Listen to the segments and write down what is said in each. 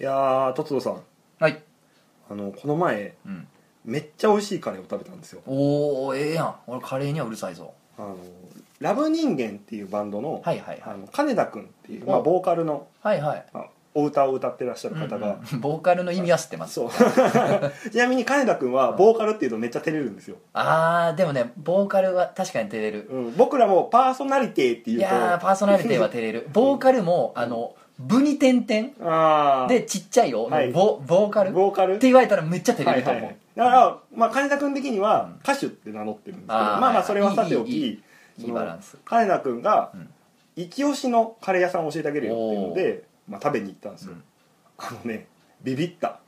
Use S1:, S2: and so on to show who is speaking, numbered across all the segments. S1: いやー達郎さん
S2: はい、
S1: あのこの前
S2: うん、
S1: めっちゃ美味しいカレーを食べたんですよ
S2: おおええやん俺カレーにはうるさいぞ
S1: あのラブ人間っていうバンドの,、
S2: はいはいは
S1: あ
S2: い
S1: の金田君っていう、まあ、
S2: お
S1: ボーカルの、
S2: はいはい
S1: まあ、お歌を歌ってらっしゃる方が、
S2: うんうんボーカルの意味は知ってます
S1: そう ちなみに金田君はボーカルっていうとめっちゃ照れるんですよ、
S2: あーでもねボーカルは確かに照れる
S1: うん、僕らもパーソナリティってい
S2: いう
S1: と
S2: やーパーソナリティは照れるボーカルもあの部に点々
S1: あー
S2: でちっちゃいよ、
S1: はい
S2: ボボーカルっ
S1: ボーカル
S2: て言われたらめっちゃ照
S1: はい
S2: れると
S1: は
S2: 思う、
S1: いはいだから、まあ、金田君的には歌手って名乗ってるんですけど、
S2: あー
S1: まあまあそれはさておき
S2: いいいいい
S1: そ
S2: い
S1: の
S2: バランス
S1: 金田君が
S2: うん
S1: 一押しのカレー屋さんを教えてあげるよっていうので、まあ、食べに行ったんですよ、
S2: うん
S1: あのねビビった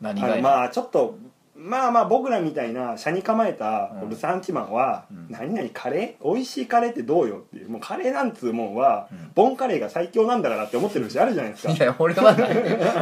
S2: 何
S1: あ
S2: が
S1: の
S2: い
S1: まあちょっとまあまあ僕らみたいな車に構えた
S2: うん
S1: おルサンチマンは「
S2: うん
S1: 何々カレー美味しいカレーってどうよ」っていうもうカレーなんつうもんは、
S2: うん
S1: ボンカレーが最強なんだからって思ってる節あるじゃないですか
S2: いや俺は ない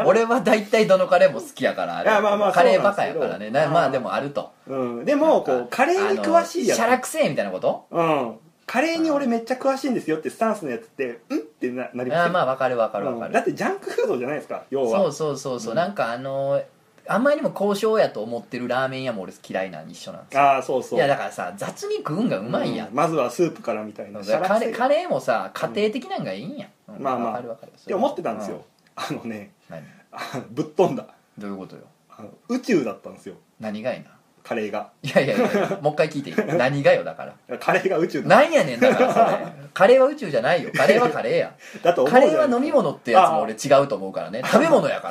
S2: 俺は大体どのカレーも好きやからあれ
S1: いやまあまあ
S2: カレー
S1: そうな
S2: バ
S1: んです
S2: カ
S1: け
S2: や
S1: ど
S2: からねなまあでもあると
S1: うん、でもこうカレーに詳しいやつ
S2: シャラくせえみたいなこと
S1: うんカレーに俺めっちゃ詳しいんですよってスタンスのやつってうんってななりま
S2: あ
S1: す
S2: ーま
S1: よ
S2: あわかるわかるわか
S1: うんだ
S2: る、
S1: ってジャンクフードじゃないですか要
S2: そう
S1: は
S2: そうそうそう、
S1: うん
S2: なんかあのーあんまりにも交渉やと思ってるラーメン屋も俺嫌いなん一緒なんですよ
S1: ああそうそう
S2: いやだからさ雑に食うんがうまいやん、
S1: うんまずはスープからみたいな
S2: だからカレ
S1: っ
S2: ーカレーもさ家庭的なんがいいんや、うん
S1: まあまあ
S2: わかるわかるって
S1: 思ってたんですよ、あのね
S2: 何
S1: あぶっ飛んだ
S2: どういうことよ
S1: あの宇宙だったんですよ
S2: 何がいな
S1: カレーが
S2: いやいやいやもう一回 聞いていい何がよだから
S1: カレーが宇宙だ
S2: なんやねんだからそれカレーは宇宙じゃないよカレーはカレーや
S1: だと思う
S2: カ
S1: じゃ
S2: レー
S1: な
S2: は
S1: いですか
S2: 飲み物ってやつも俺違うと思うからね食べ物やか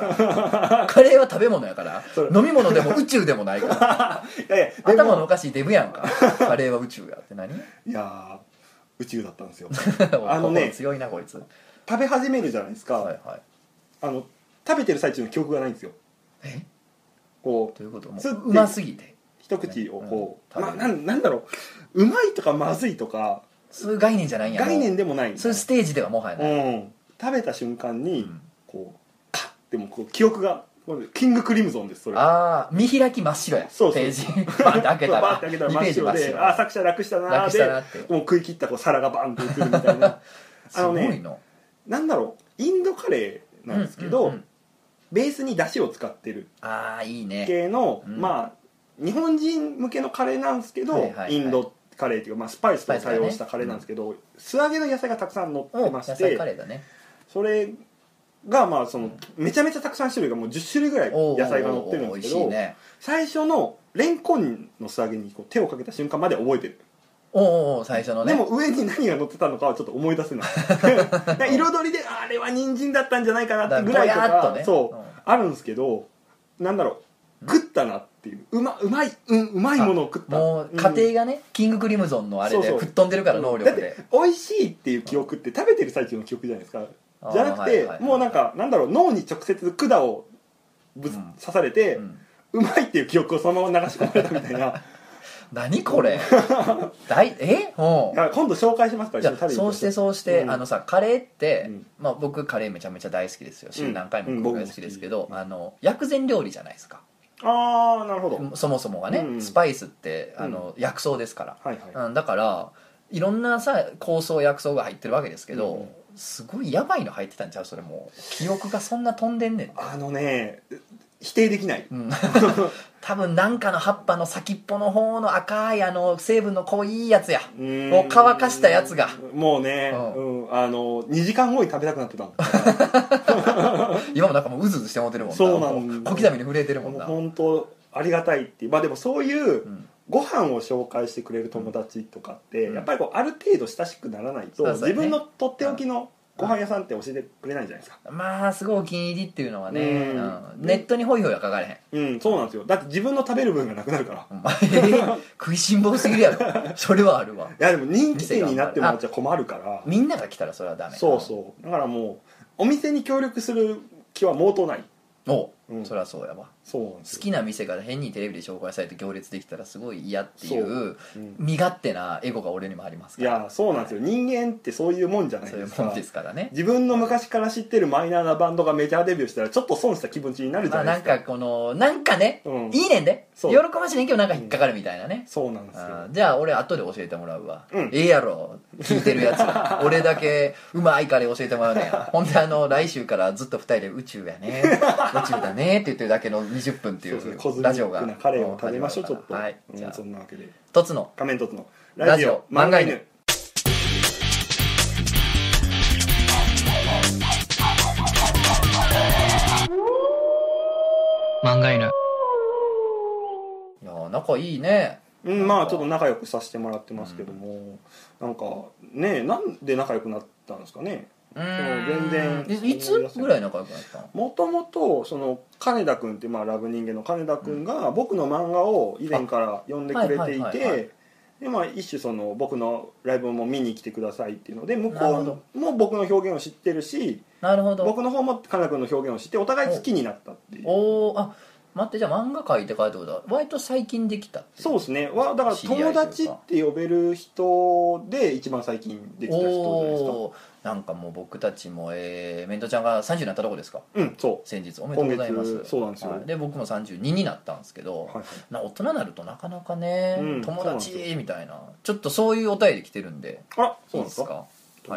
S2: らカレーは食べ物やから
S1: それ
S2: 飲み物でも宇宙でもないから
S1: いやいやで
S2: 頭
S1: も
S2: のおかしいデブや んかカレーは宇宙やって何
S1: いやー宇宙だったんですよ あ
S2: あ
S1: の
S2: の
S1: ね
S2: ね強いなこいつは
S1: 食べ始めるじゃないですか、
S2: いはい
S1: あの食べてる最中の記憶がないんですよ
S2: え
S1: こう
S2: ということも
S1: す
S2: ううますぎて
S1: 一口をこう、
S2: うん
S1: まあ
S2: 食べる
S1: なんなんだろううまいとかまずいとか
S2: そういう概念じゃないんやろ
S1: 概念でもない
S2: そういうステージではもはやない、
S1: うん、食べた瞬間に、
S2: うん
S1: こうカッてもうこう記憶がこれキングクリムゾンですそれ
S2: ああ見開き真っ白や
S1: そうそう
S2: ページバーンって開けた
S1: バー
S2: ら
S1: って開けたら
S2: 2
S1: 真
S2: ペ
S1: っ
S2: ージ
S1: 白
S2: 真っ
S1: で
S2: 白
S1: あー作者楽したな
S2: 楽
S1: ー
S2: し
S1: で
S2: たなって
S1: もう食い切ったこう皿がバンって映るみたい なあ
S2: す
S1: の
S2: ご
S1: ね
S2: いの
S1: なんだろうインドカレーなんですけど、
S2: ううんうん
S1: ベースに出汁を使ってる
S2: ああいいね
S1: 系の、
S2: うん
S1: まあ日本人向けのカレーなんですけど、
S2: はいはいはい
S1: インドカレーっていうか、まあ、スパイスを採用したカレーなんですけど、素揚げの野菜がたくさん乗って
S2: お
S1: ま
S2: 野
S1: し
S2: 菜カレ
S1: て
S2: ーだね
S1: それがまあそのめちゃめちゃたくさん種類がもう10種類ぐらい
S2: おー
S1: 野菜が乗ってるんですけ
S2: おーおーおー美味しい
S1: ど、
S2: ね
S1: 最初のレンコンの素揚げにこう手をかけた瞬間まで覚えてる、
S2: おーおーおー最初のね
S1: でも上に何が乗ってたのかはちょっと思い出せ ないだから彩りであれは人参だったんじゃないかなってぐらいと
S2: だからぼやっ
S1: か
S2: とね
S1: そう、
S2: うん
S1: あるんですけどなんだろう食ったなっていううまうまい、うん、うまいものを食った
S2: もう
S1: うん
S2: 家庭がね、キングクリムゾンのあれ
S1: そう
S2: で
S1: そう
S2: 吹っ飛んでるから能力
S1: だっ
S2: で
S1: て美味しいっていう記憶って食べてる最中の記憶じゃないですか
S2: あー
S1: じゃなくて、
S2: はいはいはい
S1: もうなんかなんだろう脳に直接管をぶつ、
S2: うん
S1: 刺されて、
S2: う
S1: うんまいっていう記憶をそのまま流し込まれたみ たいな
S2: 何 これだいえう
S1: い
S2: ん
S1: や今度紹介しますから
S2: じ
S1: 一緒
S2: ゃ
S1: に食
S2: あ
S1: べに行きま
S2: そうし
S1: しょ
S2: てそうして、
S1: うん
S2: あのさカレーって、
S1: うん
S2: まあ、僕カレーめちゃめちゃ大好きですよ
S1: う
S2: 週
S1: ん
S2: 何回
S1: うん
S2: も僕が好きですけど、
S1: 僕も好
S2: あの薬膳料理じゃないですか
S1: ああなるほど、はい
S2: そもそもがね、
S1: うん
S2: スパイスってあの、薬草ですか
S1: はい、
S2: ら、うん、だからいろんなさ香草薬草が入ってるわけですけど、
S1: うん
S2: すごいやばいの入ってたんちゃうそれもう記憶がそんな飛んでんねんて
S1: あのね否定できない
S2: うん 多分なんかの葉っぱの先っぽの方の赤いあの成分の濃いやつや
S1: も
S2: もう乾かしたやつが
S1: もうね、う
S2: うん
S1: あの2時間後に食べたくなってた も
S2: 今もなんかもううずうずしてもってるもん
S1: そうなんだ
S2: も小刻みに震えてるも
S1: ん
S2: んな
S1: 本当ありがたいっていうまあでもそういう
S2: うん
S1: ご飯を紹介してくれる友達とかって、
S2: うん
S1: やっぱりこうある程度親しくならないと、
S2: そうそう
S1: 自
S2: ね
S1: 分のとっておきのご飯屋さんって教えてくれないじゃないですか
S2: まあすごいお気に入りっていうのはね、
S1: うん
S2: うんネットにホイホイは書かれへん
S1: うんそうなんですよだって自分の食べる分がなくなるから
S2: お前食いしん坊すぎるやろ それはあるわ
S1: いやでも人気店になってもらっちゃ困るから
S2: みんなが来たらそれはダメ
S1: そうそうだからもうお店に協力する気は毛頭ない、
S2: お
S1: うん
S2: そりゃそうやわ
S1: そうなんです
S2: 好
S1: よ
S2: きな店が変にテレビで紹介されて行列できたらすごい嫌ってい
S1: そううん
S2: 身勝手なエゴが俺にもあります
S1: い
S2: から
S1: やそうなんですよ人間ってそういうもんじゃない
S2: そうい
S1: で
S2: う
S1: すか
S2: もんですからね
S1: 自分の昔から知ってるマイナーなバンドがメジャーデビューしたらちょっと損した気持ちになるじ
S2: ま
S1: ゃ
S2: あ
S1: ない
S2: な
S1: で
S2: ん
S1: すか,、
S2: かこのなんかね
S1: うん
S2: いいねんで喜
S1: そう
S2: ばしいねんけどなんか引っかかるみたいなね
S1: そうなんです
S2: あ
S1: よ
S2: ーじゃあ俺後で教えてもらうわ、
S1: うん
S2: ええやろ聞いてる やつ俺だけうまいカレー教えてもらうねんほんであの来週からずっと2人で「宇宙 やね宇宙だね」って言ってるだけの20分ってい
S1: そうですね
S2: う
S1: コズミ
S2: ラジオ
S1: ッ
S2: が
S1: クなカレーを食べましょうちょっと、
S2: はい
S1: うん
S2: じゃあ
S1: そんなわけで
S2: 一つの
S1: 仮面凸の
S2: ラ
S1: ラ
S2: ジ
S1: ジ
S2: オ
S1: オ漫
S2: 漫画
S1: 画
S2: 犬
S1: 犬
S3: 漫画犬
S2: いやー仲いいね
S1: うんまあちょっと仲良くさせてもらってますけども、なんかねえなんで仲良くなったんですかね
S2: うーん
S1: そう全然
S2: いいつぐらい仲良くなったの
S1: もともとその金田君ってまあラブ人間の金田君が僕の漫画を以前から読んでくれてい
S2: あはいはいはいはい
S1: てでまあ一種その僕のライブも見に来てくださいっていうので向
S2: なるほど
S1: こうも僕の表現を知ってるし
S2: なるほど
S1: 僕の方も金田君の表現を知ってお互い好きになったっていう
S2: おおあ待ってじゃあ漫画描いて書いたことは割と最近できたってい
S1: そうですねわだから
S2: 知り合
S1: 友
S2: いというか
S1: 達って呼べる人で一番最近できた人じゃないですか
S2: おーなんかもう僕たちもえー、メントちゃんが30になったとこですか
S1: うんそ
S2: 先日おめでとうございます
S1: 今月そうなんですよ
S2: はいで僕も32になったんですけど、
S1: う、はいはい
S2: な大人になるとなかなかね、
S1: うん
S2: 友
S1: そうなんで
S2: 達みたいなちょっとそういうお便り来てるんで
S1: あら
S2: い
S1: そう
S2: い
S1: なん
S2: で
S1: ですす
S2: か
S1: か
S2: は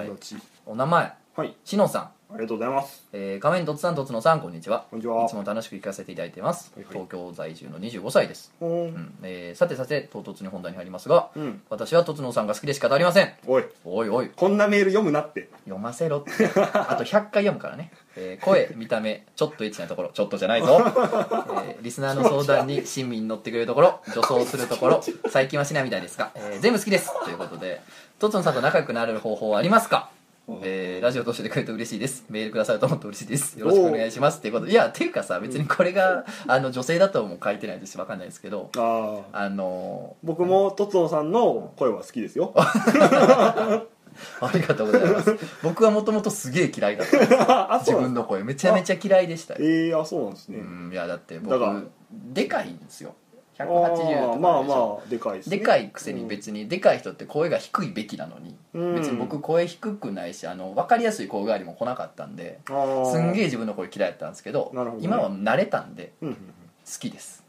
S2: い
S1: 友達
S2: お名前
S1: はい、
S2: しのさん、
S1: ありがとうございます
S2: えー、仮面とつさんとつのさんこんにちは
S1: こんにち
S2: い
S1: は
S2: つも楽しく聞かせていただいてます、
S1: はいはい
S2: 東京在住の25歳です、
S1: う、
S2: うんんえーさてさて唐突に本題に入りますが
S1: うん、
S2: 私はとつのさんが好きで仕方ありません
S1: おい
S2: おいおい
S1: こんなメール読むなって
S2: 読ませろってあと100回読むからね、えー声見た目ちょっとエッチなところちょっとじゃないぞ、えーリスナーの相談に親身に乗ってくれるところ女装するところ最近はしないみたいですが、えー全部好きですということでとつのさんと仲良くなれる方法はありますかえーラジオ通してくれると嬉しいですメールくださると思って嬉しいですよろしくお願いしますっていうこといやっていうかさ別にこれがあの女性だとも書いてないですし分かんないですけど
S1: ああ
S2: あの
S1: 僕もとつのさんの声は好きですよ あ
S2: ーありがとうございます僕はもともとすげえ嫌いだった自
S1: そうなんです
S2: 分の声めちゃめちゃ嫌いでしたよ
S1: ええあそうなんですね、
S2: うん、いやだって
S1: だから
S2: 僕でかいんですよ
S1: あ
S2: 180と
S1: ー
S2: か
S1: まあ
S2: でしょ
S1: まあでかいです、ね、
S2: でかいくせに別にでかい人って声が低いべきなのに、
S1: うん
S2: 別に僕声低くないしあの分かりやすい声変わりも来なかったんで
S1: あー
S2: すんげえ自分の声嫌いだったんですけど
S1: なるほどね
S2: 今は慣れたんで
S1: うんうん
S2: 好きです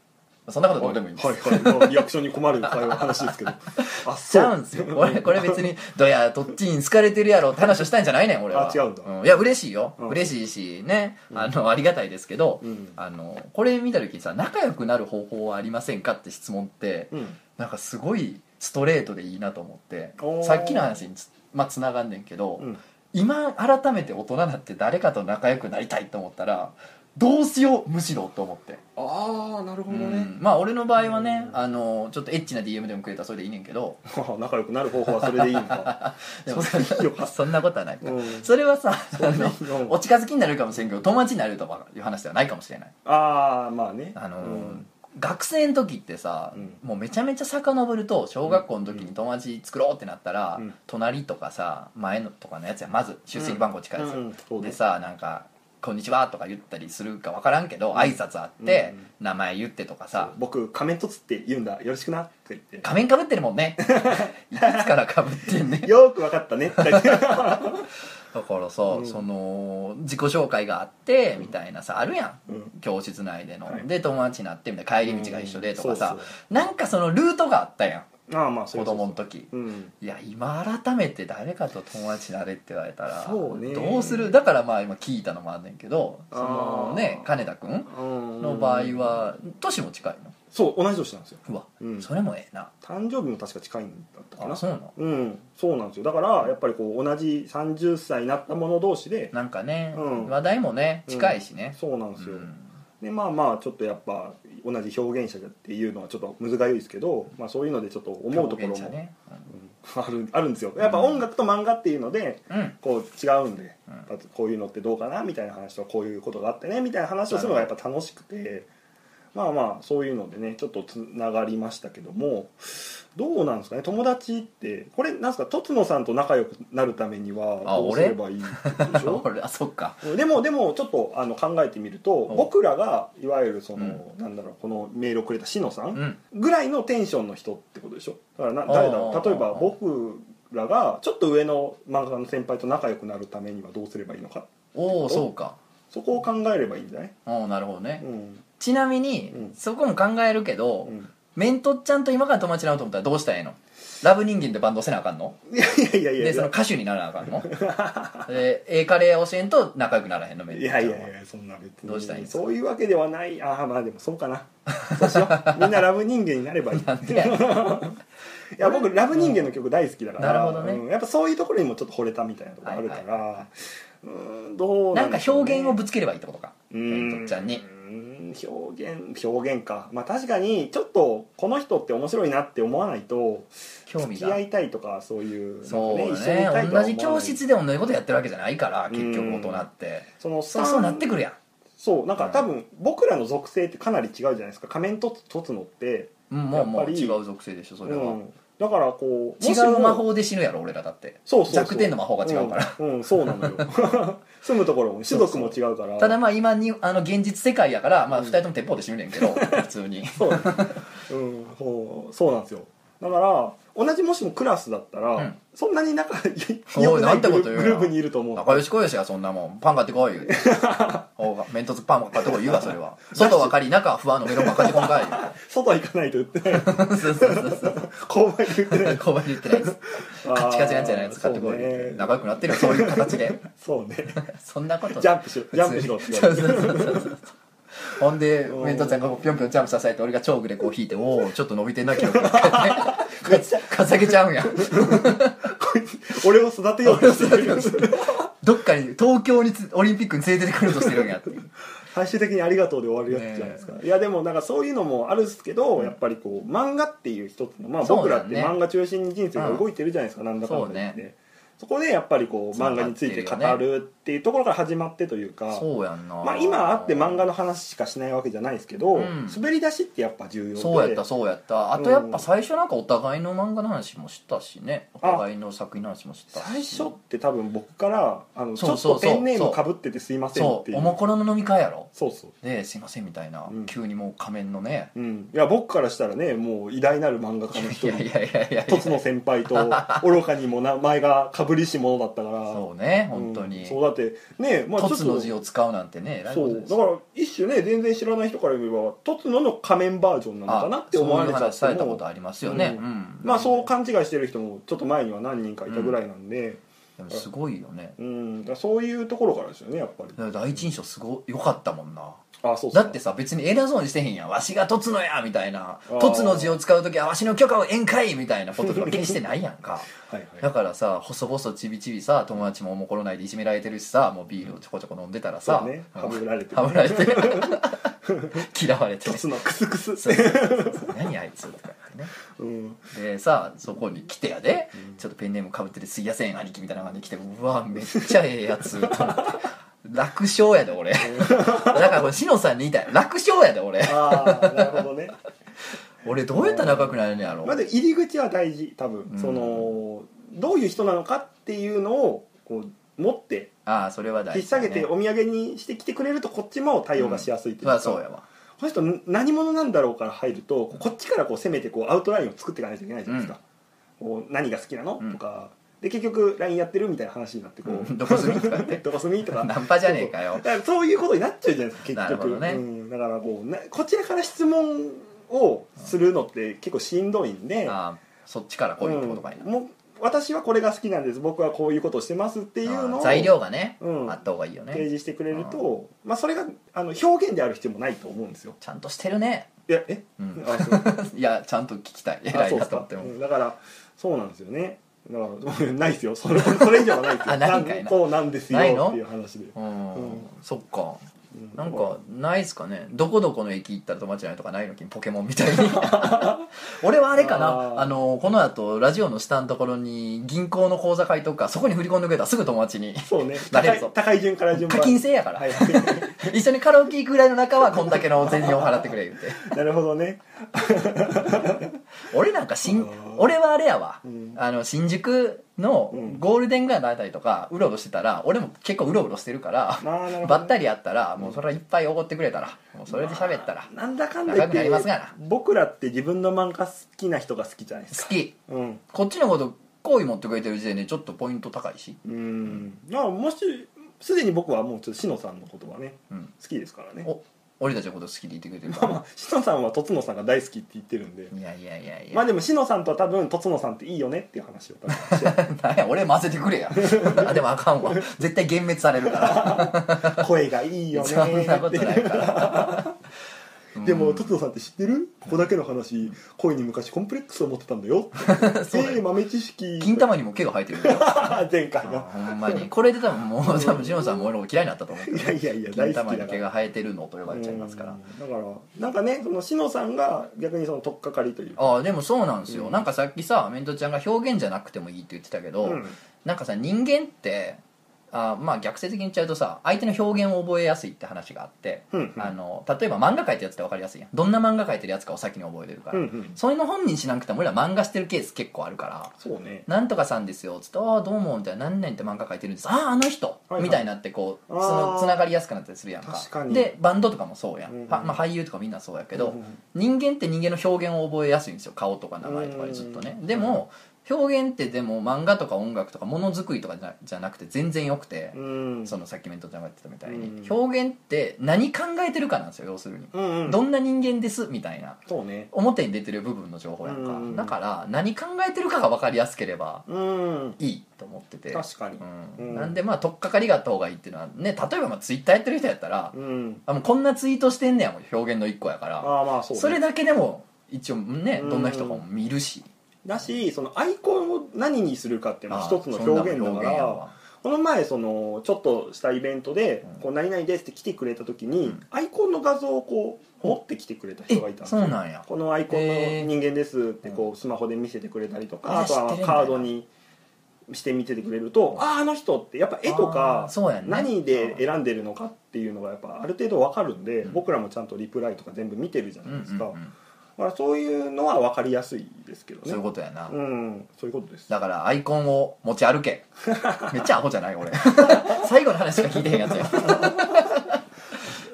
S2: そんなことど
S1: う
S2: うんでもいいんです、
S1: はいはいまあリアクションに困る会話話ですけ どあ
S2: ち
S1: そう
S2: ゃうんですよこれこれ別に「どやどっちに好かれてるやろ」って話をしたいんじゃないねん俺は
S1: あ違うんだ
S2: いや嬉しいよ、
S1: うん
S2: 嬉しいしねあのありがたいですけど、
S1: うん
S2: あのこれ見た時にさ仲良くなる方法はありませんかって質問って
S1: うん
S2: なんかすごいストレートでいいなと思って
S1: おー
S2: さっきの話につ,、まあ、つながんねんけど、
S1: うん
S2: 今改めて大人になって誰かと仲良くなりたいと思ったらどうしようむしろと思って、
S1: ああなるほど
S2: う
S1: ね
S2: ん、まあ俺の場合はね、
S1: うん
S2: あのちょっとエッチな DM でもくれたらそれでいいねんけど
S1: 仲良くなる方法はそれでいいの か
S2: でも
S1: それでいいよ
S2: そんなことはないか、
S1: うん
S2: それはさあの
S1: うん
S2: お近づきになれるかもしれんけど友達になれるとかいう話ではないかもしれない
S1: ああまあね
S2: あのー
S1: うん
S2: 学生の時ってさ、
S1: うん
S2: もうめちゃめちゃ遡ると小学校の時に友達作ろうってなったら、
S1: うん
S2: 隣とかさ前のとかのやつやまず出席番号近いですよ、
S1: うんうんそう
S2: で
S1: ね
S2: さなんか「こんにちは」とか言ったりするか分からんけど挨拶あって、
S1: うん
S2: 名前言ってとかさ
S1: 僕仮面凸って言うんだよろしくなって言って
S2: 仮面かぶってるもん ねいつからかぶってんね
S1: よーくわかったねっ て言って
S2: だからさ、
S1: うん
S2: その自己紹介があってみたいなさあるやん、
S1: うん
S2: 教室内での、
S1: はい
S2: で友達になってみたいな帰り道が一緒でとかさ、
S1: うんそう
S2: なんかそのルートがあったやん
S1: そうああまあそう
S2: 子
S1: そうそう
S2: 供の時
S1: うん
S2: いや今改めて誰かと友達になれって言われたら
S1: そうね
S2: どうするだからまあ今聞いたのもあんねんけどその
S1: あー
S2: ね金田君の
S1: の
S2: 場合は年も近いの
S1: そう同じ年なんですよ
S2: うわ、
S1: うん
S2: それもええな
S1: 誕生日も確か近いんだったか
S2: あ
S1: な
S2: そうなの
S1: うんそうなんですよだからやっぱりこう同じ30歳になった者同士で
S2: なんかね、
S1: うん
S2: 話題もね近いしね、
S1: そうなんですよ、
S2: うん
S1: でまあまあちょっとやっぱ同じ表現者っていうのはちょっと難しいですけど、まあ、そういうのでちょっと思うところ
S2: 表
S1: も、
S2: 現者ね
S1: ある あるんですよやっぱ音楽と漫画っていうので
S2: うん、うん
S1: こう違うんで、こういうのってどうかなみたいな話とこういうことがあってねみたいな話をするのがやっぱ楽しくてまあまあそういうのでねちょっとつながりましたけどもどうなんですかね友達ってこれなんですかとつのさんと仲良くなるためには
S2: あ
S1: どうすればいいでし ょ
S2: 俺あそっか
S1: でもでもちょっとあの考えてみると
S2: お
S1: 僕らがいわゆるその、なんだろうこのメールをくれたしのさ
S2: うんん
S1: ぐらいのテンションの人ってことでしょだからな
S2: あー
S1: 誰だろう例えば僕らがちょっと上の漫画家の先輩と仲良くなるためにはどうすればいいのか
S2: おおそうか
S1: そこを考えればいいんじゃない、
S2: おおなるほどね
S1: うん
S2: ちなみに、
S1: うん
S2: そこも考えるけど、
S1: うん
S2: メントっちゃんと今から友達になろうと思ったらどうしたらええのラブ人間でバンドせなあかんの
S1: いやいやいやいや
S2: でその歌手にならなあかんの でええカレー教えんと仲良くならへんのメン
S1: い
S2: トちゃん
S1: や
S2: はい
S1: やいやそんな別に
S2: どうしたらいいんですか
S1: そういうわけではないああまあでもそう かなそうしようみんなラブ人間になればいいい
S2: なんでや
S1: や僕ラブ人間の曲大好きだから、
S2: なるほどね
S1: うんやっぱそういうところにもちょっと惚れたみたいなとこあるから、うーんどう
S2: なん
S1: で
S2: か
S1: しょうね
S2: 表現をぶつければいいってことかメントっちゃんに
S1: うーん表現表現かまあ確かにちょっとこの人って面白いなって思わないと
S2: 興味
S1: 付き合
S2: が
S1: いたいとかそういう
S2: そう
S1: なんか一緒にい
S2: ね
S1: たいとは思わ
S2: 同
S1: ない
S2: じ教室で同じことやってるわけじゃないから結局大人って
S1: その
S2: そうそうなってくるやん
S1: そうなん
S2: う
S1: か
S2: ん
S1: 多分僕らの属性ってかなり違うじゃないですか仮面ととつのって、
S2: うんもうも
S1: やっ
S2: う
S1: ぱ
S2: 違
S1: り
S2: う属性でしょそれは、
S1: うんだからこう
S2: 違
S1: もしも
S2: う魔法で死ぬやろ俺らだって
S1: そうそうそう
S2: 弱点の魔法が違うから、
S1: うん、うんそうなのよ 住むところも種族も違うから
S2: ただまあ今にあの現実世界やから、まあ、
S1: うん
S2: 2人とも鉄砲で死ぬねんけど普通に
S1: そう,、う ん、そうそうなんですよだから同じもしもクラスだったら、
S2: うん
S1: そんなに仲
S2: おい
S1: 良くな
S2: なん
S1: い
S2: て
S1: グ
S2: こ
S1: ル
S2: と言うな
S1: グループにいると思う
S2: 仲良しこよしやそんなもんパン買っ てこい言うておうメントツパン買ってこい言うわそれは外は仮中は不安のメロンパン買ってこんかい
S1: 外行かないと言って ない
S2: 言うてそうそうそうそう
S1: 購買言ってない
S2: 購買で言っ てないですカチカチなやつじゃないです買ってこい言うて
S1: ね
S2: 仲良くなってるよそういう 形で
S1: そうね
S2: そんなこと
S1: ジャンプしろジャンプしろって言われて
S2: そうそうそうそうほんで
S1: うん
S2: メントちゃんがこうぴょんぴょんジャンプさせられて俺がチョークでこう引いておおちょっと伸びてんな 記憶が
S1: めっちゃ
S2: かさげち ゃうんや
S1: こいつ俺を育てようとしている
S2: どっかに東京につオリンピックに連れてくるとしてるんやっていう
S1: 最終的に「ありがとう」で終わるやつじゃないですか、いやでもなんかそういうのもあるんですけど、やっぱりこう漫画っていう一つの、まあ、
S2: そう
S1: 僕
S2: だ
S1: ら
S2: よ
S1: っ
S2: ね
S1: て漫画中心に人生が動いてるじゃないですか、なんだかんだ言って
S2: そう
S1: そ,、こでやっぱりこう
S2: つな
S1: 漫
S2: が
S1: 画
S2: っ
S1: に
S2: て
S1: つ
S2: るよ
S1: い
S2: ね
S1: て語るっていうところから始まってというか
S2: そうやんな
S1: まあ、今あって漫画の話しかしないわけじゃないですけど、
S2: うん
S1: 滑り出しってやっぱ重要で
S2: そうやったそうやったあとやっぱ最初なんかお互いの漫画の話もしたしねお
S1: あ
S2: 互いの作品の話もしたし
S1: 最初って多分僕からあの
S2: そうそうそう
S1: ちょっとペンネームかぶっててすいませんっ
S2: そ
S1: ていうう
S2: おもころの飲み会やろ
S1: そうそう
S2: で「すいません」みたいな、
S1: うん
S2: 急にもう仮面のね
S1: うん、いや僕からしたらねもう偉大なる漫画家の一
S2: い
S1: 人
S2: やいやいやいや
S1: 一つの先輩 と愚かにも名前がかぶりし者だったから
S2: そうね
S1: うん
S2: 本当に、
S1: そうだってねまあちょ
S2: ト
S1: っ
S2: ツの
S1: と
S2: 字を使うなんてねえらい
S1: そ
S2: こと
S1: う
S2: です
S1: だから一種ね全然知らない人から言えば「とつの」の仮面バージョンなのかなって思われち
S2: あそういう話
S1: ゃ
S2: さ
S1: っ
S2: れ
S1: て
S2: た
S1: も
S2: ことありますよね、う
S1: うんんまあそう勘違いしてる人もちょっと前には何人かいたぐらいなんで、
S2: でもすごいよね
S1: うんだからそういうところからですよねやっぱり
S2: だから第一印象すごい良かったもんな
S1: あそう
S2: だってさ別に偉そうにしてへんやんわしがとつのやみたいな
S1: あー
S2: とつの字を使う時はわしの許可を宴会み たいなこととか決してないやんか
S1: はいはい
S2: だからさ細々ちびちびさ友達もおもころないでいじめられてるしさもうビールをちょこちょこ飲んでたらさ
S1: そうね
S2: うん
S1: はぶられて
S2: はぶられて 嫌われて
S1: と
S2: ね
S1: つのクスクス
S2: そうそうそうそう何あいつとか言って
S1: うん
S2: ねでさそこに来てやで、ちょっとペンネームかぶってて「すいやせん兄貴」みたいな感じで来てうわめっちゃええやつと思って楽勝やで 俺だからこれ志乃さんに言いたい楽勝やで俺
S1: ああなるほどね
S2: 俺どうやったら仲良くなれるんやろ
S1: まず入り口は大事多分、
S2: うん
S1: そのどういう人なのかっていうのをこう持って
S2: ああそれは大
S1: 引っ
S2: 事
S1: 提
S2: だね
S1: げてお土産にしてきてくれるとこっちも対応がしやすいという
S2: まあそうやわ
S1: この人ん何者なんだろうから入るとこっちからこう攻めてこうアウトラインを作っていかないといけないじゃないですか、こう何が好きなの、
S2: うん
S1: とかで結局 LINE やってるみたいな話になってこう、
S2: うんどこ住みとかね
S1: どこ住みとか
S2: ナンパじゃねえ かよ
S1: だからそういうことになっちゃうじゃないですか結局
S2: なるほどね
S1: うん、だからこうなこちらから質問をするのって結構しんどいんで、
S2: ああそっちから来いってことかいな、
S1: うんもう私はこれが好きなんです僕はこういうことをしてますっていうの
S2: ああ
S1: を
S2: 材料がね、
S1: うん
S2: あった方がいいよ
S1: 提
S2: ね
S1: 示してくれると、まあ、それがあの表現である必要もないと思うんですよ
S2: ちゃんとしてるね、
S1: いやえ、
S2: うん、
S1: あそう
S2: いやちゃんと聞きたい
S1: あ
S2: 偉
S1: そ
S2: い
S1: で
S2: うな
S1: す
S2: と思
S1: か
S2: っても、
S1: うんだからそうなんですよねだからないですよ それそれ以上はないですよ
S2: あないんかいな
S1: そうなんですよ
S2: ないの
S1: っていう話で
S2: うん
S1: うん
S2: そっか
S1: うん
S2: なんかないっすかねどこどこの駅行ったら友達じゃないとかないのポケモン みたいに俺はあれかな
S1: あ
S2: あ
S1: ー
S2: のこの後ラジオの下のところに銀行の口座書いとくからそこに振り込んでくれたらすぐ友達に
S1: そうね
S2: なれ
S1: 高
S2: るぞ
S1: い高い順から順
S2: 課
S1: 番
S2: 金制やから、
S1: はい
S2: 一緒にカラオケ行くぐらいの中はこんだけの全員を払ってくれ言うて
S1: なるほどね
S2: 俺なんかし
S1: あ
S2: ん
S1: ー
S2: 俺はあれやわ、
S1: うん
S2: あの新宿の
S1: うん
S2: ゴールデン街のあたりとかうろうろしてたら俺も結構うろうろしてるから
S1: あーなるほど
S2: ばったり会ったらもうそれはいっぱいおごってくれたらもうそれで喋ったら
S1: まあなんだかんだ言っ
S2: 仲良くな
S1: て
S2: りますがな
S1: 僕らって自分の漫画好きな人が好きじゃないですか
S2: 好き
S1: うん
S2: こっちのこと好意持ってくれてる時点でちょっとポイント高いし、
S1: うんまあもしすでに僕はもうちょっと志乃さんのことはね
S2: うん、
S1: 好きですからね
S2: お俺たちのこと好きでいてくれてるか
S1: まあま あ
S2: ら
S1: 志乃さんはとつのさんが大好きって言ってるんで
S2: いやいやいやいや、
S1: まあでも志乃さんとは多分とつのさんっていいよねっていう話を多分 して
S2: なんや俺混ぜてくれや あでもあかんわ絶対幻滅されるから
S1: 声がいいよね
S2: そんな
S1: ー
S2: こ
S1: っ
S2: と
S1: て
S2: ないからうん
S1: でもとつのさんって知ってるここだけの話恋に昔コンプレックスを持ってたんだよ
S2: そうだよ
S1: ええ豆知識
S2: 金玉にも毛が生えてるよ
S1: 前回の
S2: ほんまにこれで多分もう多分ジロンさんも俺も嫌いになったと思うけど
S1: いやいやいや
S2: 金
S1: 大好
S2: 玉
S1: き
S2: に
S1: だか
S2: 毛
S1: ら
S2: が生えてるのと呼ばれちゃいますから
S1: うんだからなんかねその志乃さんが逆にその取っかかりというか
S2: ああでもそうなんですよ、
S1: うん
S2: なんかさっきさメントちゃんが表現じゃなくてもいいって言ってたけど、
S1: うん
S2: なんかさ人間ってあまあ逆説的に言っちゃうとさ相手の表現を覚えやすいって話があって、
S1: うん
S2: あの例えば漫画描いてるやつって分かりやすいやんどんな漫画描いてるやつかを先に覚えてるから、
S1: うんうん
S2: それの本人しなくても俺ら漫画してるケース結構あるから
S1: そうね
S2: 「なんとかさんですよ」つって「ああどうも」みたいな「何々って漫画描いてるんです」「あああの人」
S1: はいはい
S2: みたいになってこう
S1: あ
S2: つの
S1: ー
S2: つながりやすくなったりするやんか
S1: 確かに
S2: でバンドとかもそうやん、
S1: うんうん
S2: はまあ、俳優とかみんなそうやけど、
S1: うんうん
S2: 人間って人間の表現を覚えやすいんですよ顔とか名前とかでずっとね
S1: うん
S2: でも表現ってでも漫画とか音楽とかものづくりとかじゃじゃなくて全然よくて、
S1: うん
S2: そのさっきメントちゃんが言ってたみたいに、
S1: うん
S2: 表現って何考えてるかなんですよ要するに、
S1: うんうん
S2: どんな人間ですみたいな
S1: そうね
S2: 表に出てる部分の情報やんか、
S1: うん
S2: だから何考えてるかが分かりやすければ
S1: うん
S2: いいと思ってて
S1: 確かに
S2: うん
S1: うん
S2: なんでまあ取っかかりがあった方がいいっていうのはね例えばまあツイッターやってる人やったら、
S1: うん
S2: あもうこんなツイートしてんねやもう表現の一個やから
S1: ああまあそうね
S2: それだけでも一応ね
S1: うん
S2: どんな人かも見るし
S1: だしそのアイコンを何にするかっていうのは
S2: あ
S1: 一つの表現
S2: そ
S1: だ
S2: んな
S1: か
S2: 表現や
S1: ら
S2: わ
S1: この前そのちょっとしたイベントで
S2: うん
S1: 「こう何々です」って来てくれた時に
S2: うん
S1: アイコンの画像をこう持ってきてくれた人がい
S2: え
S1: たんです
S2: そ
S1: よ
S2: うなんや
S1: このアイコンの人間ですって
S2: え
S1: こうスマホで見せてくれたりと
S2: あ
S1: かあと
S2: 知っ
S1: は
S2: てるんだ
S1: カードにして見ててくれると
S2: うん
S1: あああの人ってやっぱ絵と
S2: あー
S1: か
S2: そうやんね
S1: 何で選んでるのかっていうのがやっぱある程度わかるんで
S2: うん
S1: 僕らもちゃんとリプライとか全部見てるじゃ
S2: う
S1: なん
S2: う
S1: い
S2: ん
S1: ですかだ
S2: う
S1: か
S2: ん
S1: らそういうのはわかりやすいですけどね
S2: そういうことやな
S1: うんそういうことです
S2: だからアイコンを持ち 歩けめっちゃアホじゃない俺 最後の話しか聞いてへんやつや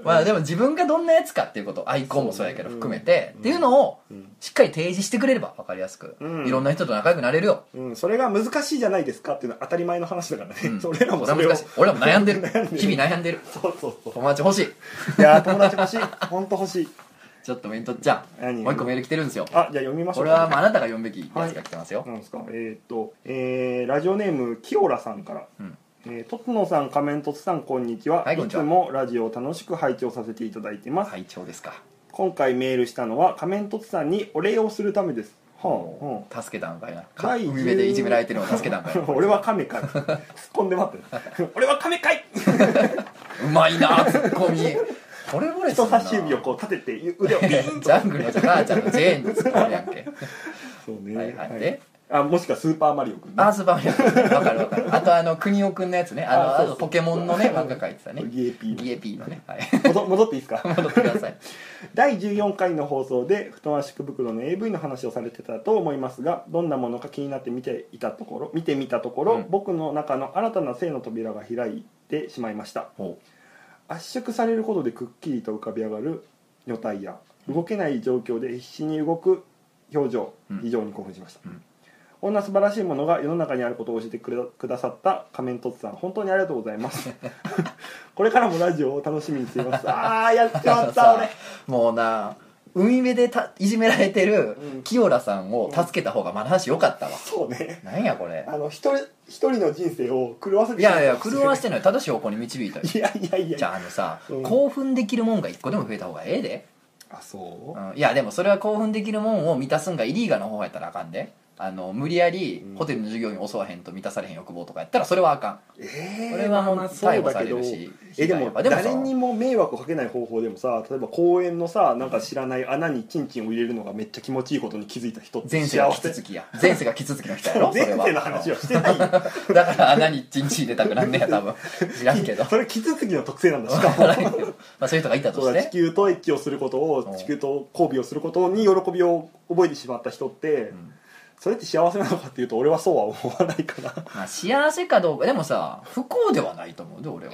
S2: まあでも自分がどんなやつかっていうことアイコンもそうやけど
S1: そうね
S2: 含めて
S1: うん
S2: っていうのを
S1: うん
S2: しっかり提示してくれれば分かりやすく
S1: うん
S2: いろんな人と仲良くなれるよ
S1: うんそれが難しいじゃないですかっていうのは当たり前の話だから
S2: う ん
S1: ねそれらも
S2: そ
S1: そ
S2: れ
S1: れ
S2: は
S1: を
S2: 難しい俺らも悩 んでる
S1: 悩んでる
S2: 日々悩んでる
S1: そうそうそう
S2: 友達欲しい
S1: いやー友達欲しい本当欲しい
S2: ちょっとメントっちゃん
S1: 何
S2: もう一個メール来てるんですよ
S1: あじゃあ読みましょ
S2: こ
S1: う
S2: れ
S1: か
S2: はまああなたが読むべきやつが来てますよ、
S1: なんですかえーっと、えーラジオネームキオラさんから、
S2: うん
S1: えー、とつのさん仮面とつさんこんにちは,、
S2: はいこんにちはい
S1: つもラジオを楽しく拝聴させていただいてます、
S2: 会長ですか、
S1: 今回メールしたのは仮面とつさんにお礼をするためですは
S2: もう助けたんかいなか
S1: 第
S2: 海
S1: 10
S2: 辺でいじめられてるのを助けたんかい
S1: あ、うん 俺は亀かい突っ込んで待ってる 俺は亀かいう
S2: まいなツッコミこれも れ
S1: 人差し指をこう立てて腕をピ
S2: ジ
S1: ーンと
S2: ャングルの母ちゃんのジェーンのツッコミやんけ
S1: そうね
S2: はいはいで
S1: あもしくはスーパーマリオくんね
S2: アースバーンやんわかるわかるあとあの国尾くんのやつねあの
S1: あ
S2: あ
S1: そうそう
S2: のポケモンのね漫画描いてたね
S1: ギエピーの
S2: ギエピーのねはい
S1: 戻戻っていいですか
S2: 戻ってください
S1: 第14回の放送で布団圧縮袋の AV の話をされてたと思いますがどんなものか気になって見ていたところ見てみたところ、
S2: うん
S1: 僕の中の新たな性の扉が開いてしまいました
S2: ほ
S1: 圧縮されることでくっきりと浮かび上がる女体や動けない状況で必死に動く表情、
S2: うん
S1: 非常に興奮しました、
S2: うん
S1: こんな素晴らしいものが世の中にあることを教えてくれくださった仮面とつさん本当にありがとうございます これからもラジオを楽しみにしてい ますああやっちまった
S2: さ
S1: 俺
S2: もうな海辺でたいじめられてる
S1: うん
S2: 清良さんを助けた方がまだ話良かったわ
S1: そうね
S2: なんやこれ
S1: あの一人一人の人生を狂わせて
S2: いやいや狂わしてない正しい方向に導いたよ
S1: いやいやいや
S2: じゃああのさ、
S1: うん
S2: 興奮できるもんが一個でも増えた方がええで、
S1: あそう
S2: うんいやでもそれは興奮できるもんを満たすんがイリーガルの方やったらあかんであの無理やりホテルの従業員を襲わへんと満たされへん欲望とかやったらそれはあかん
S1: ええ
S2: これはもう
S1: まあまあそ
S2: 逮
S1: う
S2: 捕さ
S1: だ
S2: れ
S1: けど
S2: るし
S1: えでも
S2: 被害はでもさ
S1: 誰にも迷惑をかけない方法でもさ例えば公園のさなんか知らない穴にチンチンを入れるのがめっちゃ気持ちいいことに気づいた人って
S2: 前世が
S1: 幸
S2: キツ
S1: せ
S2: ツキや前世がキツツキの人やろそ
S1: 前
S2: れは
S1: 世の話はしてないよ
S2: だから穴にチンチン入れたくなんねや多 分知らん けど
S1: それキツツキの特性なんだしか
S2: わか
S1: も
S2: らんけどまあそういう人がいたと
S1: そ
S2: し
S1: うだ地
S2: て
S1: 球と一致をすること
S2: うん
S1: を地球と交尾をすることに喜びを覚えてしまった人って、
S2: ん
S1: それって幸せなのかっていうと俺はそうは思わないからあ
S2: まあ幸せかどうかでもさ不幸ではないと思うで俺は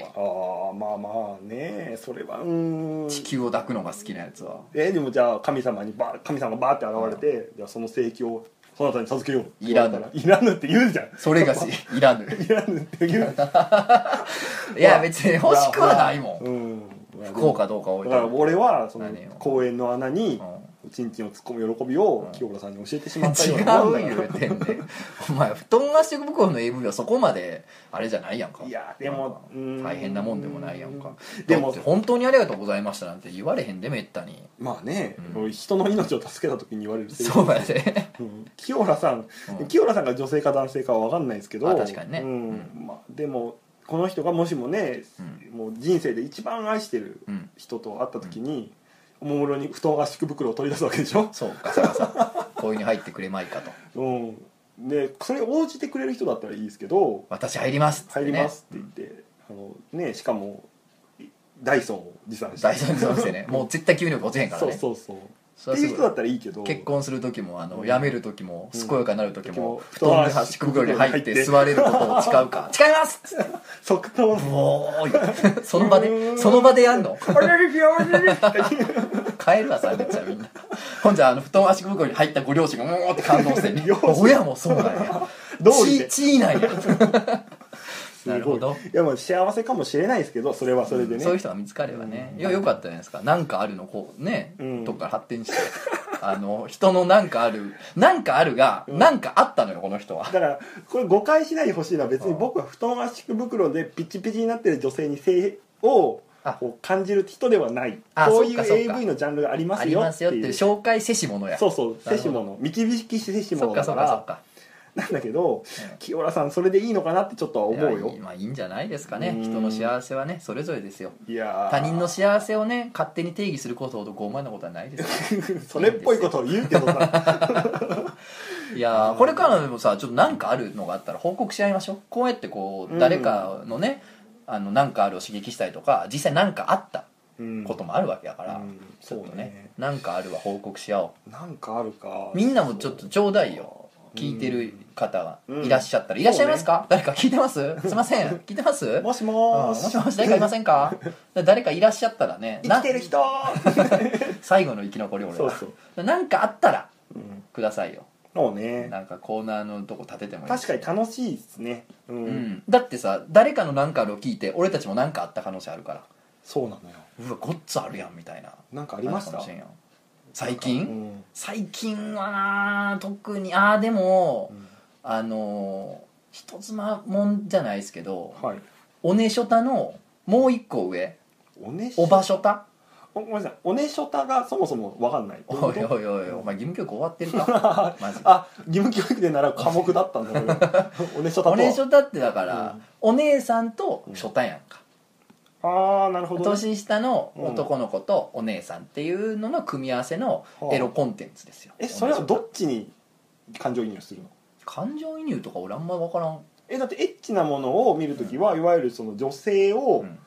S1: あまあまあねそれはうーん
S2: 地球を抱くのが好きなやつは
S1: えでもじゃあ神様にバー神様がバーって現れて、じゃあその請求をそなたに授けようって言われた
S2: い
S1: いらぬって言うじゃん
S2: それがしいらぬ
S1: いらぬって言う
S2: いや別に欲しくはないもん
S1: ん、うん、
S2: 不幸かどうかは置
S1: だ
S2: い
S1: か
S2: て
S1: ら俺はその
S2: 何を
S1: 公園の穴にチンチンを突っ込む喜びを
S2: うん
S1: 清原さんに教えてしまったようなもん
S2: 違
S1: だか
S2: う言
S1: ら
S2: うてんねんお前布団圧縮袋の AV はそこまであれじゃないやんか
S1: いやでもうーん
S2: 大変なもんでもないやんか
S1: で
S2: でも
S1: も
S2: 本当にありがとうございましたなんて言われへんでめったに
S1: まあね、
S2: う
S1: 人の命を助けた時に言われるセリフ
S2: そうやで
S1: うん清原さん、
S2: うん
S1: 清原さんが女性か男性かは分かんないですけど
S2: あ確かにね
S1: うん
S2: うん
S1: まあ、でもこの人がもしもね、
S2: う
S1: もう人生で一番愛してる
S2: うん
S1: 人と会った時に、おもむろに布団圧縮袋を取り出すわけでしょ、
S2: そうガサガサこういうに入ってくれまいかと
S1: うん、でそれ応じてくれる人だったらいいですけど
S2: 私入りますっつって
S1: 入
S2: ね
S1: りますって言って、あのねしかもダイソンを持参して
S2: 大丈夫です よねもう絶対吸引力落ちへんから
S1: そう
S2: ね
S1: そうそう
S2: そ
S1: っ
S2: れは
S1: ていう
S2: すごい
S1: 人だったらいいけど
S2: 結婚する時もあの
S1: うん
S2: 辞める時も健やかなる時も、
S1: うん
S2: 布団で端っこ袋に入って座れることを誓 うか誓いますっつって
S1: 即答の
S2: おーい その場
S1: う
S2: で
S1: ん
S2: その場でやんの
S1: あれれれあれれれ
S2: 帰るわ3人ちゃみんなほんじゃあの布団足袋に入ったご両親がもーって感動して ね
S1: 両親
S2: 親もそうなんや
S1: どうり
S2: ち
S1: で
S2: 地位なんや
S1: すご
S2: ないるほど
S1: いやもう幸せかもしれないですけどそれはそれでね、
S2: そういう人が見つかればね、
S1: うん
S2: いやよかったじゃないですかなんかあるのこうね、
S1: うん
S2: とこから発展して あの人のなんかあるなんかあるが、なんかあったのよこの人は
S1: だからこれ誤解しないでほしいのは別
S2: う
S1: に
S2: ん
S1: 僕は布団圧縮袋でピチピチになってる女性に性を
S2: あ
S1: こう感じる人ではない
S2: あ
S1: そうい
S2: そう
S1: う
S2: かそうか
S1: AV のジャンルがありま
S2: あ
S1: す
S2: り
S1: よ
S2: ま
S1: っ
S2: す
S1: て
S2: よっていう
S1: いう
S2: 紹介せし者や
S1: そうそう
S2: なる
S1: 摂
S2: ほど
S1: 取物導きして摂取
S2: そっ
S1: 物
S2: か
S1: だ
S2: そ
S1: か
S2: っかそっ
S1: ら
S2: か
S1: なんだけど
S2: うん
S1: 清原さんそれでいいのかなってちょっとは思う
S2: い
S1: よ
S2: やまあいいんじゃないですかね
S1: うん
S2: 人の幸せはねそれぞれですよ
S1: いやー
S2: 他人の幸せをね勝手に定義することほど傲慢なことはないですよ
S1: それっぽいことを言うけど さ
S2: いやーこれからもさちょっと何かあるのがあったら報告し合いましょうこうやってこ
S1: う
S2: うん誰かのねあの何かあるを刺激したりとか実際何かあった
S1: うん
S2: こともあるわけだから、
S1: うん
S2: ちょっと
S1: そう
S2: ね
S1: ね
S2: 何かあるは報告し合おう
S1: なんかあるか
S2: みんなもちょっとちょうだいよ
S1: うん
S2: 聞いてる方が
S1: うん
S2: いらっしゃったら、いらっしゃいますか、誰か聞いてますすい ません聞いてます
S1: もし
S2: うん
S1: も
S2: も
S1: ーし
S2: しもし誰かいませんか誰かいらっしゃったらね
S1: 生きてる人
S2: な最後の生き残り俺
S1: そう
S2: は
S1: そう
S2: なんかあったら
S1: うん
S2: くださいよ
S1: そうね
S2: なんかコーナーのとこ立ててもいいし
S1: 確かに楽しいですねう、
S2: うんん、だってさ誰かの何かあるを聞いて俺たちも何かあった可能性あるから
S1: そうなのよ
S2: うわごっつあるやんみたいな
S1: なんかありました
S2: 話かもれんやん最近、
S1: うん
S2: 最近はな特にああでも、
S1: うん
S2: あのー、人妻もんじゃないですけど
S1: はい
S2: おねしょたのもう一個上
S1: おねし
S2: おばしょた
S1: おごめんなさいおねしょたがそもそもわかんない
S2: おい
S1: どういうこ
S2: おいおいお前義務教育終わってる かマジで
S1: と あ義務教育で習う科目だったんだ これおねしょた
S2: お
S1: と
S2: 姉
S1: は
S2: しょたってだから、
S1: うん
S2: お姉さんと初たやんか、
S1: ああなるほどね、
S2: 年下の男の子とお姉さんっていうのの組み合わせの
S1: はあ
S2: エロコンテンツですよ、
S1: えそれはど
S2: 同じ
S1: っちに感情移入するの
S2: 感情移入とか俺あんま分からん、
S1: えだってエッチなものを見るときは、いわゆるその女性を
S2: うん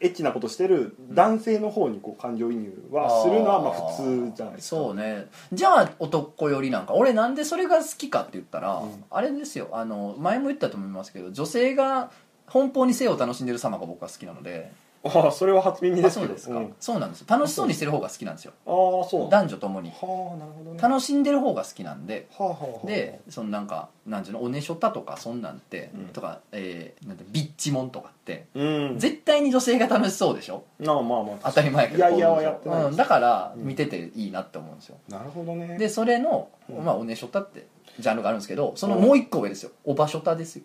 S1: エッチなことしてる男性の方にこう感情移入はするのはまあ普通じゃないですか
S2: そうねじゃあ男よりなんか俺なんでそれが好きかって言ったら、
S1: うん
S2: あれですよあの前も言ったと思いますけど女性が奔放に性を楽しんでる様が僕は好きなので
S1: ああそれは初耳で
S2: あ
S1: す
S2: そ
S1: け
S2: う
S1: ど
S2: ですか、
S1: うんあ
S2: そうなんですよ楽しそうにしてる方が好きなんですよ
S1: あそうなんだ
S2: 男女ともに
S1: はあなるほどねは
S2: 楽しんでる方が好きなんで
S1: あはあはあ
S2: でそのなんかなんていうのおねしょたとかそんなんって、
S1: うん
S2: とか,、えーなんてビッチモンとかって、
S1: うん
S2: 絶対に女性が楽しそうでしょ
S1: まあまあま
S2: 当
S1: あ
S2: たり前やけど
S1: いやいやはやってないです
S2: うん、だから
S1: うん
S2: 見てていいなって思うんですよ、
S1: なるほどね
S2: でそれの、
S1: うん
S2: まあ、おねしょたってジャンルがあるんですけどそのもう一個上ですよおばしょたですよ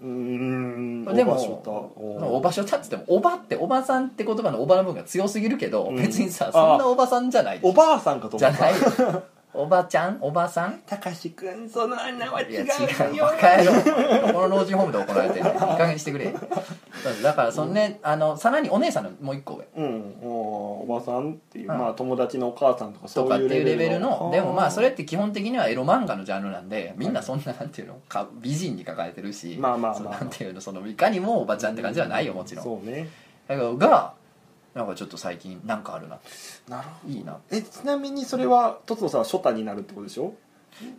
S1: うーん
S2: でも
S1: おばしょたお
S2: おばしょたっつってもおばっておばさんって言葉のおばの部分が強すぎるけど、
S1: うん
S2: 別にさ
S1: あ
S2: そんなおばさんじゃないでしょ
S1: おばあさんかと
S2: じ
S1: 思
S2: ゃ
S1: った
S2: ないおばちゃんおばさん
S1: たかしくんその穴はい違
S2: や
S1: う
S2: 違
S1: よ
S2: うバカ野郎この老人ホームで怒られてるいい加減にしてくれだからそのねあのさらにお姉さんのもう一個上
S1: うんおおばさんっていう、
S2: うん
S1: まあ友達のお母さんとか
S2: と
S1: そう
S2: かっ
S1: いう
S2: ていうレベル
S1: あー
S2: のでもまあそれって基本的にはエロ漫画のジャンルなんでみんなそんななんていうのか美人に書かれてるし
S1: まあまあまあ
S2: そうなんていうのそのいかにもおばちゃんって感じはないよもちろん
S1: そうね
S2: だけどがなんかちょっと最近なんかあるな
S1: なるほ
S2: いいな
S1: どえちなみにそれはとつのさんは初太になるってことでしょ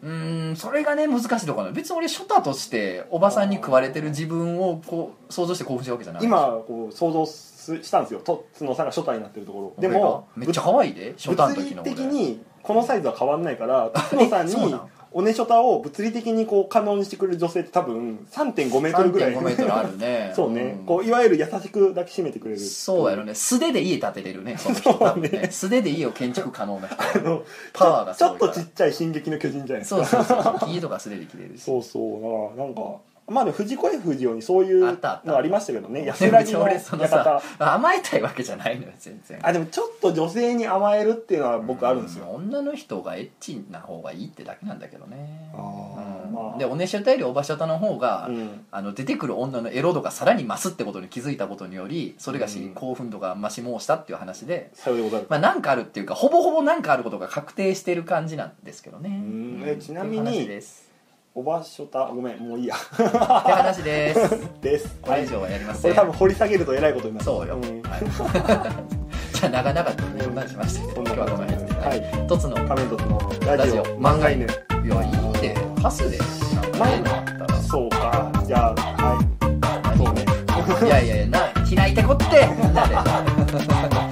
S2: うーんそれがね難しいところなの別に俺ショタとしておばさんに食われてる自分をこう想像して興奮したわけじゃない
S1: 今こう想像すしたんですよとつのさんが初太になってるところ
S2: で
S1: で
S2: も
S1: も
S2: めっちゃ可愛いでショタの
S1: 物
S2: 時
S1: 理
S2: の
S1: 的
S2: 俺
S1: にこのサイズは変わんないからつのさん
S2: えそうな
S1: に
S2: の
S1: おねショタを物理的にこう可能にしてくれる女性って多分3.5メートルぐらい
S2: 3.5メートルある ね
S1: そうね、
S2: ん
S1: こういわゆる優しく抱きしめてくれる
S2: そうやろね素手で家建てれるねその人多分
S1: そう
S2: ね
S1: ね
S2: 素手で家を建築可能な 人
S1: あの
S2: パワーがす
S1: ちょ
S2: ご
S1: ちょ
S2: い
S1: っと
S2: から
S1: ちっちゃい進撃の巨人じゃないです
S2: そう
S1: か
S2: そうそうそう木とか素手で切れるし
S1: そうそうだからなんかまあでも藤子 F 不二雄にそういう
S2: あったあった
S1: のありましたけどね安らぎの
S2: 俺そのさ
S1: 館
S2: 甘えたいわけじゃないのよ全然
S1: あでもちょっと女性に甘えるっていうのは僕あるんですよ、
S2: う女の人がエッチな方がいいってだけなんだけどね
S1: あー
S2: うん
S1: まあ
S2: でおねしょたよりおばしょたの方が、
S1: うん
S2: あの出てくる女のエロ度がさらに増すってことに気づいたことによりそれがし、
S1: うん
S2: 興奮度が増し申したっていう話で、
S1: さようでござる、
S2: まあ、なんかあるっていうかほぼほぼなんかあることが確定してる感じなんですけどね
S1: ん
S2: う
S1: えちなみに
S2: っていう話です
S1: おばしょたごめんもういいや
S2: って話です
S1: です
S2: これ以上はやりま
S1: こ
S2: せん
S1: れ多分掘り下げるとえらいことになる
S2: そうよ、
S1: ん
S2: はい じゃあ長々とね話しましたけど今日はこの辺で、
S1: は
S2: はいい、一つの
S1: 仮面凸のラジオ
S2: ラジオ
S1: 漫画犬
S2: いやいいねパスでなんかねあったら
S1: そうかじゃあはいそうね
S2: いやいやいやな開いてこってみんなで